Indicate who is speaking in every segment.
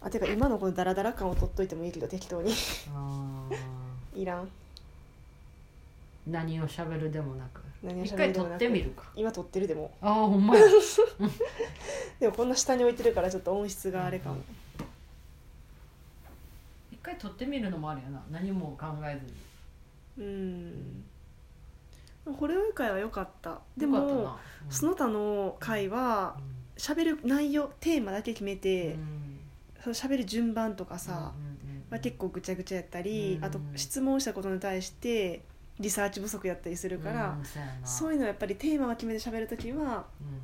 Speaker 1: あてか今のこのダラダラ感を取っといてもいいけど適当に
Speaker 2: あー
Speaker 1: いらん
Speaker 2: 何をしゃべるでもなく
Speaker 1: 何を
Speaker 2: 一
Speaker 1: 喋
Speaker 2: 回
Speaker 1: るで
Speaker 2: 撮
Speaker 1: も
Speaker 2: っ
Speaker 1: な
Speaker 2: て
Speaker 1: く
Speaker 2: みるか
Speaker 1: 今撮ってるでも
Speaker 2: ああほんまや
Speaker 1: でもこんな下に置いてるからちょっと音質があれかも
Speaker 2: 一回撮ってみるのもあるよな何も考えずに
Speaker 1: うんホレオイ会は良かったで
Speaker 2: よかった
Speaker 1: も
Speaker 2: なうん
Speaker 1: その他の会は喋る内容テーマだけ決め
Speaker 2: うん
Speaker 1: て、
Speaker 2: うん
Speaker 1: その喋る順番とかさ、
Speaker 2: うんうんうん
Speaker 1: まあ、結構ぐちゃぐちゃやったり、
Speaker 2: うん
Speaker 1: あと質問したことに対してリサーチ不足やったりするから、
Speaker 2: うんそうやな
Speaker 1: そういうのはやっぱりテーマを決めて喋るときは
Speaker 2: うん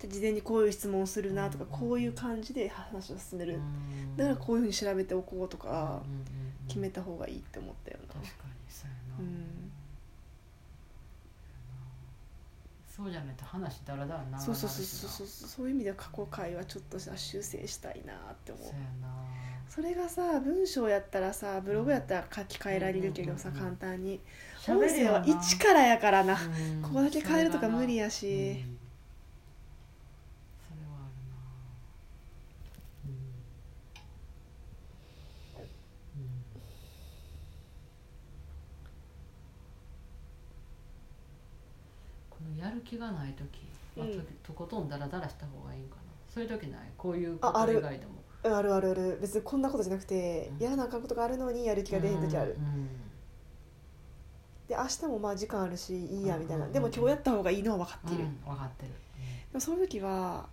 Speaker 1: じゃあ事前にこういう質問をするなとか、
Speaker 2: うん
Speaker 1: こういう感じで話を進める、
Speaker 2: うん
Speaker 1: だからこういうふうに調べておこうとか
Speaker 2: うんうんうんうん
Speaker 1: 決めた方がいいって思ったよな
Speaker 2: 確、かにそうやな、
Speaker 1: うん
Speaker 2: そうじゃないと話だらだら長なるし
Speaker 1: そ
Speaker 2: な
Speaker 1: うそうそうそうそうそういう意味では過去回はちょっとさ修正したいなって思う
Speaker 2: そうやな
Speaker 1: それがさ文章やったらさブログやったら書き換えられるけどさ
Speaker 2: うんうんうん
Speaker 1: 簡単に音
Speaker 2: 喋る
Speaker 1: 声
Speaker 2: よな
Speaker 1: は一からやからな
Speaker 2: うん
Speaker 1: ここだけ変えるとか無理
Speaker 2: や
Speaker 1: やし
Speaker 2: それはあるなうんうんこのやる気がない時、まあ
Speaker 1: うん
Speaker 2: ととことんダラダラした方がいいんかなそういう時ないこういうこと
Speaker 1: あある
Speaker 2: 以外でも
Speaker 1: うんあるあるある別にこんなことじゃなくて
Speaker 2: うん
Speaker 1: やらなあかんことがあるのにやる気が出へん時ある
Speaker 2: うんうん
Speaker 1: で明日もまあ時間あるしいいやみたい
Speaker 2: うんう
Speaker 1: な
Speaker 2: んう
Speaker 1: んでも今日やった方がいいのは分かってる
Speaker 2: う
Speaker 1: で
Speaker 2: ん分かってる、
Speaker 1: もその時は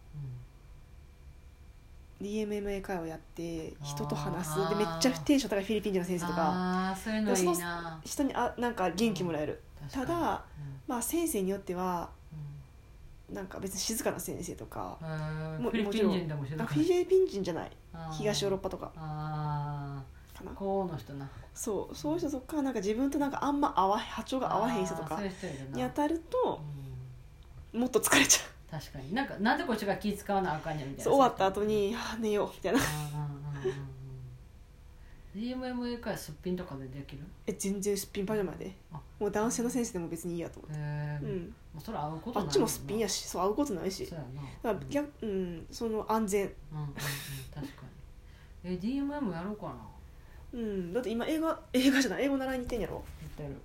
Speaker 2: うん
Speaker 1: DMMA 会をやって人と話す
Speaker 2: あー
Speaker 1: でめっちゃテンション高いフィリピン人の先生とか
Speaker 2: ああそういうのいいな
Speaker 1: 人にあなんか元気もらえるた
Speaker 2: 確かに
Speaker 1: だまあ先生によっては
Speaker 2: う
Speaker 1: なんか別に静かな先生とか
Speaker 2: んうん
Speaker 1: も
Speaker 2: フィリピン人でも知ら
Speaker 1: あ
Speaker 2: な
Speaker 1: フィリピン人じゃない
Speaker 2: い
Speaker 1: 東ヨーロッパとか
Speaker 2: あ
Speaker 1: か
Speaker 2: あ
Speaker 1: な
Speaker 2: こうの人な
Speaker 1: そうそういう人とかなんか自分となんかあんま合わ波長が合わへん人と
Speaker 2: あー
Speaker 1: か
Speaker 2: そういう人いるな
Speaker 1: に当たる
Speaker 2: う
Speaker 1: と
Speaker 2: ん
Speaker 1: もっと疲れちゃ
Speaker 2: 確かになんかなんでこっちが気使わなあかんやみたいうな
Speaker 1: そう終わった後に「はあ寝よう」みたいな
Speaker 2: うんうんうんうん DMMA からすっぴんとかでできる
Speaker 1: え全然すっぴんパジャマやで
Speaker 2: あ
Speaker 1: もう男性の先生でも別にいいやと思っ
Speaker 2: へ
Speaker 1: て、
Speaker 2: え
Speaker 1: う
Speaker 2: も
Speaker 1: ん、
Speaker 2: うそれ合うこと
Speaker 1: あ
Speaker 2: ない
Speaker 1: っちもすっぴんや
Speaker 2: し
Speaker 1: しそう会うことないし
Speaker 2: そうやな
Speaker 1: だから逆うんその安全
Speaker 2: うんうんうんうん確かにえ DMM やろうかな
Speaker 1: うんだって今映画映画じゃない英語習いに行ってんやろ
Speaker 2: 言ってる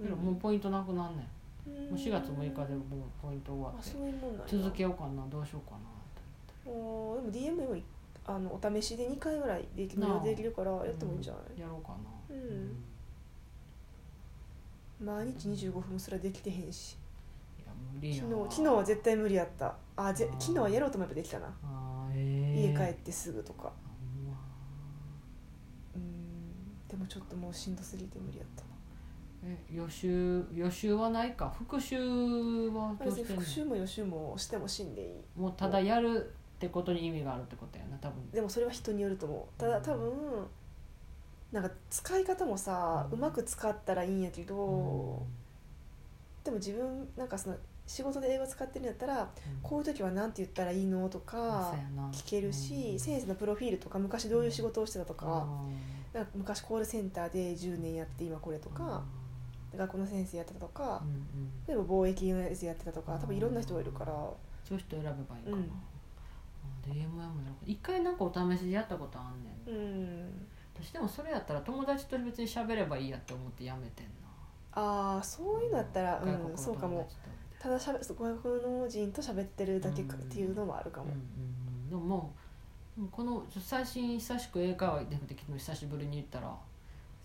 Speaker 1: うん
Speaker 2: でももうポイントなくなんねん
Speaker 1: うん
Speaker 2: もう4月6日でもうポイント終わ
Speaker 1: あ
Speaker 2: って
Speaker 1: そういうもんなんや
Speaker 2: 続けようかなどうしようかなって
Speaker 1: おーでも DM もあのお試しで2回ぐらいでき無料でできるからやってもいいんじゃない、
Speaker 2: やろうかな
Speaker 1: うん毎日25分すらできてへんし
Speaker 2: いや無理や
Speaker 1: 昨日昨日は絶
Speaker 2: 対
Speaker 1: 対無理やったあぜ
Speaker 2: あー
Speaker 1: 昨日はやろうと思えばできたな、
Speaker 2: あーえー、
Speaker 1: 家帰っててすぐとかうんでもちょっともうしんどすぎて無理やったな
Speaker 2: え予習予習はないか復習はどう
Speaker 1: 別
Speaker 2: し
Speaker 1: に
Speaker 2: てんの
Speaker 1: 復習も予習もしてもしんでいい
Speaker 2: もうただやるってことに意味があるってことやな多分
Speaker 1: でもそれは人によると思うただ多分なんか使い方もさ
Speaker 2: う
Speaker 1: うんまく使ったらいいんやけど、
Speaker 2: う
Speaker 1: でも自分なんかその仕事で英語使ってるんやったら
Speaker 2: ん
Speaker 1: こういう時は何て言ったらいいのとか
Speaker 2: そうやな
Speaker 1: 聞けるし、
Speaker 2: うん
Speaker 1: 先生のプロフィールとか昔どういう仕事をしてたとか,、
Speaker 2: う
Speaker 1: なんか昔コールセンターで10年やって今これと
Speaker 2: ん
Speaker 1: か、学校の先生やってたとか
Speaker 2: うん、うん
Speaker 1: 例えば貿易のやつやってたとか多分いろんな人がいるから
Speaker 2: そういう人選べばいいかな、
Speaker 1: う
Speaker 2: うん DMM やろう一回なんかお試しでやったことあんね
Speaker 1: う
Speaker 2: ん
Speaker 1: ん
Speaker 2: 私でもそれやったら友達と別に喋ればいいやって思ってやめてんな
Speaker 1: ああそういうのだったら、
Speaker 2: 外国
Speaker 1: うん、
Speaker 2: の
Speaker 1: そうか
Speaker 2: 友
Speaker 1: も
Speaker 2: 達と
Speaker 1: ただしゃべ外国の人と喋ってるだけか
Speaker 2: うん
Speaker 1: っていうのもあるか
Speaker 2: うん
Speaker 1: も
Speaker 2: う、んうんでももうでもこの最新久しく英会話できて久しぶりに行ったら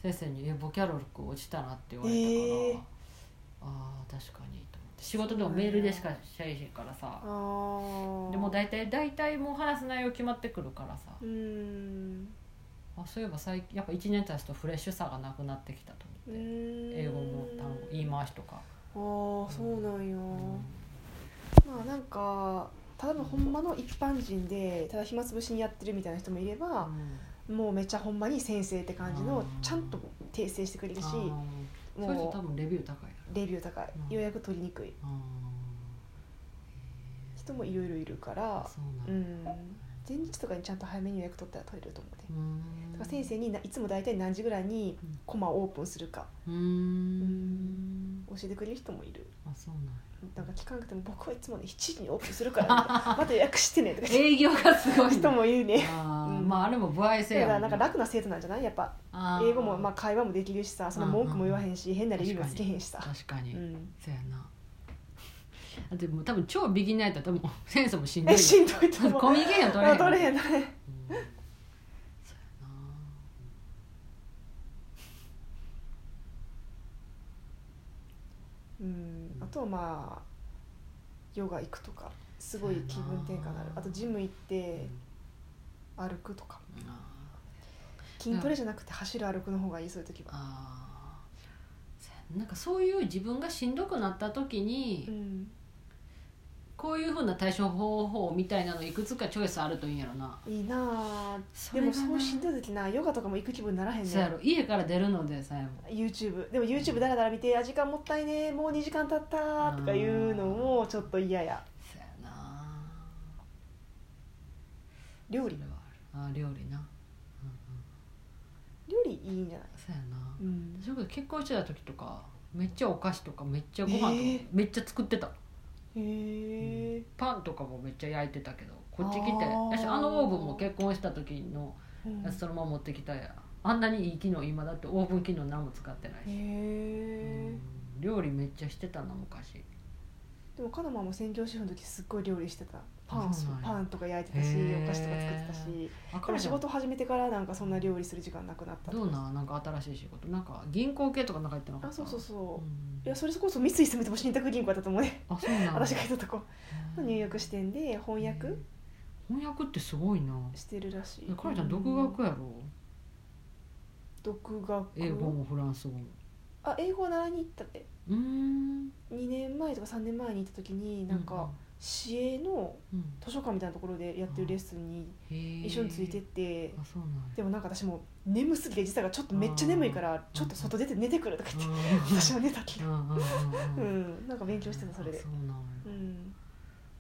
Speaker 2: 先生に「えボキャロ力落ちたな」って言われ
Speaker 1: えー
Speaker 2: たから、ああ確かにと思って仕事でもメールでしかしゃいへんからさ
Speaker 1: ああ
Speaker 2: でも大体大体もう話す内容決まってくるからさ、
Speaker 1: うん
Speaker 2: あそういえば最近やっぱ1年経つとフレッシュさがなくなってきたと
Speaker 1: う
Speaker 2: 思っ
Speaker 1: ん
Speaker 2: て、英語の単語言い回しとか、
Speaker 1: ああそうなんや、
Speaker 2: うん
Speaker 1: まあなんかただのほんまの一般人でただ暇つぶしにやってるみたいな人もいれば、もうめっちゃほんまに先生って感じの
Speaker 2: うん
Speaker 1: ちゃんと訂正してくれるし
Speaker 2: あーそういう人多
Speaker 1: も
Speaker 2: 分レビュー高いやろ
Speaker 1: うレビュー高い
Speaker 2: うん
Speaker 1: 予約取りにくい人もいろいろいるか
Speaker 2: あ
Speaker 1: ら
Speaker 2: ー、そうなん
Speaker 1: う
Speaker 2: だ
Speaker 1: ん、前日とかにちゃんと早めに予約取ったら取れると思うね
Speaker 2: うーん
Speaker 1: だから先生にないつも大体何時ぐらいに
Speaker 2: うん
Speaker 1: コマをオープンするか
Speaker 2: うーん
Speaker 1: 教えてくれる人もいる
Speaker 2: あそうなんや
Speaker 1: なんか聞かなくても僕はいつもね7時にオープンするから、ね、また予約してねとか
Speaker 2: 営業がすごい
Speaker 1: 人
Speaker 2: ね
Speaker 1: もいるね
Speaker 2: あー、
Speaker 1: うんうん
Speaker 2: まああれも不愛
Speaker 1: だ
Speaker 2: 性
Speaker 1: か
Speaker 2: や
Speaker 1: ら
Speaker 2: も
Speaker 1: なん
Speaker 2: ね
Speaker 1: か楽な生徒なんじゃないやっぱ
Speaker 2: あー
Speaker 1: 英語もまあ会話もできるしさその文句も言わへんし変な理由もつけへんしさ
Speaker 2: 確か
Speaker 1: う
Speaker 2: に、
Speaker 1: ん
Speaker 2: そうやなだってもう多分超ビギナーやったら多分センスもしんどい
Speaker 1: え
Speaker 2: よ
Speaker 1: しんどいと思う
Speaker 2: コミュニケーション取 れへん
Speaker 1: 取れへん取れへん
Speaker 2: うんそうやな
Speaker 1: うんあとはまあヨガ行くとかすごい気分転換になるあとジム行って歩くとか
Speaker 2: うんあ
Speaker 1: 筋トレじゃなくて走る歩くの方がいいそういう時
Speaker 2: ー
Speaker 1: は、
Speaker 2: あーそうやななんかそういう自分がしんどくなった時に、
Speaker 1: うん、
Speaker 2: こういうふうな対処方法みたいなのいくつかチョイスあるといいんやろない
Speaker 1: いなあで
Speaker 2: れが
Speaker 1: も
Speaker 2: な
Speaker 1: そうしんどい時なヨガとかも行く気分にならへん
Speaker 2: そうや
Speaker 1: ね
Speaker 2: ろ家から出るのでさえも
Speaker 1: YouTube でも YouTube だらだら見て「あ時間もったいねもう2時間経った」とかいうのもちょっと嫌や
Speaker 2: そうやな
Speaker 1: 料理
Speaker 2: それはあるあー料理な、うんうん、
Speaker 1: 料理いいんじゃない、
Speaker 2: そうやな、
Speaker 1: うん、
Speaker 2: それこそ結婚してた時とかめっちゃお菓子とかめっちゃご飯とか、
Speaker 1: えー
Speaker 2: めっちゃ作ってた
Speaker 1: へえ
Speaker 2: パンとかもめっちゃ焼いてたけどこっち来て
Speaker 1: あー
Speaker 2: 私あのオーブンも結婚した時の
Speaker 1: うん
Speaker 2: やつそのまま持ってきたやあんなにいい機能今だってオーブン機能何も使ってないし、
Speaker 1: へえ
Speaker 2: うん料理めっちゃしてたな昔
Speaker 1: でもカナマも専業主婦の時すっごい料理してたパン
Speaker 2: そうなんや
Speaker 1: パンとか焼いてたし
Speaker 2: へー
Speaker 1: お菓子とか作ってたし
Speaker 2: あ
Speaker 1: だから仕事始めてからなんかそんな料理する時間なくなったと
Speaker 2: どうなんなんか新しい仕事なんか銀行系とかなんか言ってなか
Speaker 1: あ
Speaker 2: った
Speaker 1: そうそうそう、
Speaker 2: ん
Speaker 1: いやそれこそ三井住友信託銀行だったと思うね、
Speaker 2: あそうなんだ
Speaker 1: 私がいたとこ
Speaker 2: へー
Speaker 1: 入浴支店で翻訳
Speaker 2: 翻訳ってすごいな
Speaker 1: してるらしい
Speaker 2: かれちゃん独学やろ
Speaker 1: 独学
Speaker 2: 英語もフランス語も
Speaker 1: あ英語を習いに行ったって
Speaker 2: うーん
Speaker 1: 2年前とか3年前に行った時になんか市営の
Speaker 2: うんうん
Speaker 1: 図書館みたいなところでやってるレッスンに
Speaker 2: へー
Speaker 1: 一緒についてって
Speaker 2: あそうなん
Speaker 1: でもなんか私もう眠すぎて実はちょっとめっちゃ眠いからちょっと外出て寝てくるとか言 って私は寝た って う
Speaker 2: 勉
Speaker 1: んなんか勉強してたそれで
Speaker 2: そうなんや
Speaker 1: うん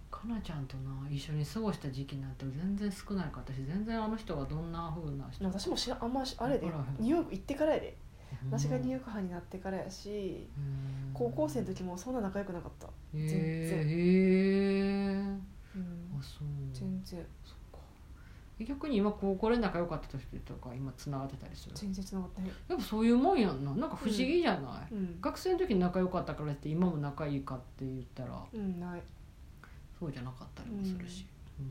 Speaker 2: かなちゃんとな一緒に過ごした時期なんて全然少ないから私全然あの人がどんなふうな人
Speaker 1: 私も知らあんましあれで
Speaker 2: わからへん
Speaker 1: ニューヨーク行ってからやで私がニュー
Speaker 2: 入
Speaker 1: ヨーク派になってからやし高校生の時もそんな仲良くなかった、
Speaker 2: 全
Speaker 1: 然
Speaker 2: へえ
Speaker 1: うん
Speaker 2: あそう
Speaker 1: 全然
Speaker 2: そっかえ逆に今高校で仲良かった時とか今つながってたりする
Speaker 1: 全然つながってない
Speaker 2: やっぱそういうもんやんななんか不思議じゃない、
Speaker 1: うん、
Speaker 2: 学生の時に仲良かったからって今も仲いいかって言ったら
Speaker 1: うん、ない、
Speaker 2: そうじゃなかったりもするし、う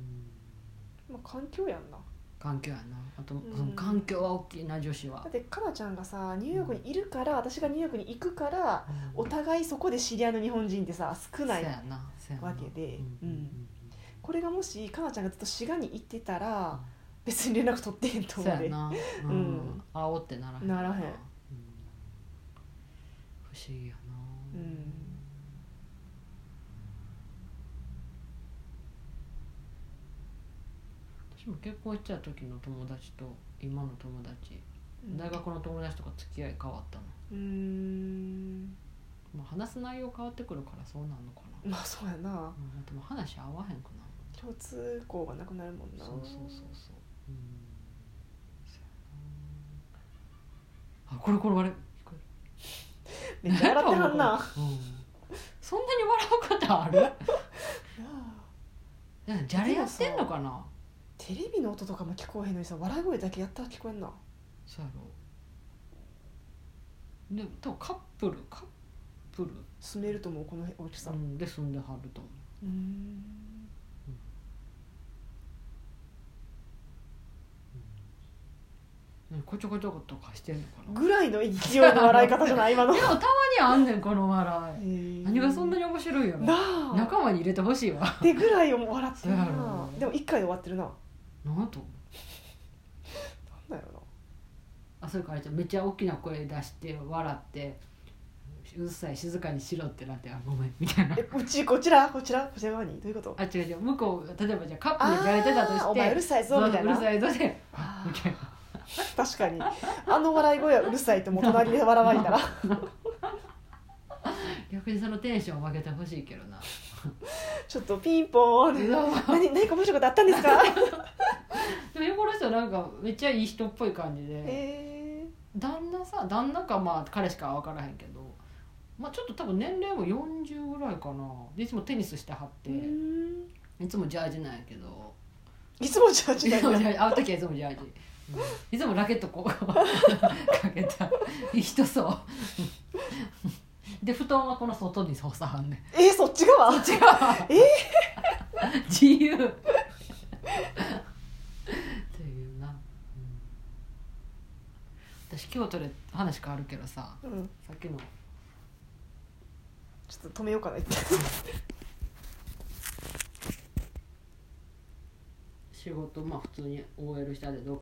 Speaker 2: ん
Speaker 1: まあ、環境やんな
Speaker 2: 環境やなあと、
Speaker 1: ん
Speaker 2: その環境は大きいな女子は
Speaker 1: だってかなちゃんがさニューヨークにいるから私がニューヨークに行くからお
Speaker 2: い
Speaker 1: 互いそこで知り合いの日本人ってさ少ない
Speaker 2: そうやなそうやな
Speaker 1: わけで
Speaker 2: うん
Speaker 1: うんこれがもしかなちゃんがずっと滋賀に行ってたら別に連絡取ってへんと
Speaker 2: そう
Speaker 1: 思う
Speaker 2: や
Speaker 1: で
Speaker 2: な、うん
Speaker 1: うん
Speaker 2: 煽ってならへん
Speaker 1: ならへん
Speaker 2: うん不思議やな
Speaker 1: うん
Speaker 2: 私も結婚してた時の友達と今の友達
Speaker 1: うん
Speaker 2: 大学の友達とか付き合い変わったの、
Speaker 1: うーん
Speaker 2: まあ、話す内容変わってくるからそうなんのかな、
Speaker 1: まあそうやな
Speaker 2: うん、だってもう話合わへんかな
Speaker 1: 共通項がなくなるもんな
Speaker 2: そうそうそうそううんそやなあこれこれあれこれ
Speaker 1: めっちゃ笑ってはんなな
Speaker 2: うんそんなに笑うことある
Speaker 1: あ
Speaker 2: うんじゃれやってんのかな
Speaker 1: テレビの音とかも聞こえへんのにさ笑い声だけやったら聞こえんな
Speaker 2: そうやろでも多分カップルカップル、
Speaker 1: 住めると思うこの大きさ
Speaker 2: うん、で住んではると思
Speaker 1: うーん
Speaker 2: ううんこちょこちょことかしてんのかな
Speaker 1: ぐらいの勢いの笑い方じゃない今の
Speaker 2: でもたまにあんねんこの笑い 何
Speaker 1: 何
Speaker 2: がそんな
Speaker 1: に
Speaker 2: に面白いやろ
Speaker 1: なあ
Speaker 2: 仲間に入れてほしいわ
Speaker 1: ってぐらいをもう笑ってる
Speaker 2: そうや
Speaker 1: な
Speaker 2: ろ
Speaker 1: でも一回で終わってるな
Speaker 2: なんと
Speaker 1: なんだよな
Speaker 2: あそれからじゃあめっちゃ大きな声出して笑ってうっさい静かにしろってなってあごめんみたいな
Speaker 1: えうちこちらこちらこちら側にどういうこと
Speaker 2: あ違う違う向こう例えばじゃあカップルでやれてたとし
Speaker 1: あ
Speaker 2: て
Speaker 1: ーお前うるさいぞみたい
Speaker 2: そううる
Speaker 1: な
Speaker 2: さいぞで
Speaker 1: あ
Speaker 2: みたいな
Speaker 1: 確かにあの笑い声はうるさいともう隣で笑われたら
Speaker 2: 逆にそのテンションを上げてほしいけどな
Speaker 1: ちょっとピンポーン
Speaker 2: うわ
Speaker 1: 何何か面白いことあったんです か
Speaker 2: でも横の人なんかめっちゃいい人っぽい感じで
Speaker 1: え
Speaker 2: 旦那さ旦那かまあ彼しか分からへんけどまあちょっと多分年齢も40ぐらいかなでいつもテニスしてはって
Speaker 1: ーうーん
Speaker 2: いつもジャージなんやけど
Speaker 1: いつもじゃあ
Speaker 2: い
Speaker 1: 違
Speaker 2: つ
Speaker 1: う
Speaker 2: も
Speaker 1: よ
Speaker 2: ジャー ジ会う時はいつもジャージ、うんいつもラケットこう かけたいい人そうで布団はこの外にそうさはんね
Speaker 1: えー、そっち側
Speaker 2: 違う
Speaker 1: え
Speaker 2: 自由というな、うん、私京都で話変わるけどさ
Speaker 1: うん
Speaker 2: さっきの
Speaker 1: ちょっと止めようかな一旦
Speaker 2: 仕事まあ普通に OL したでどっ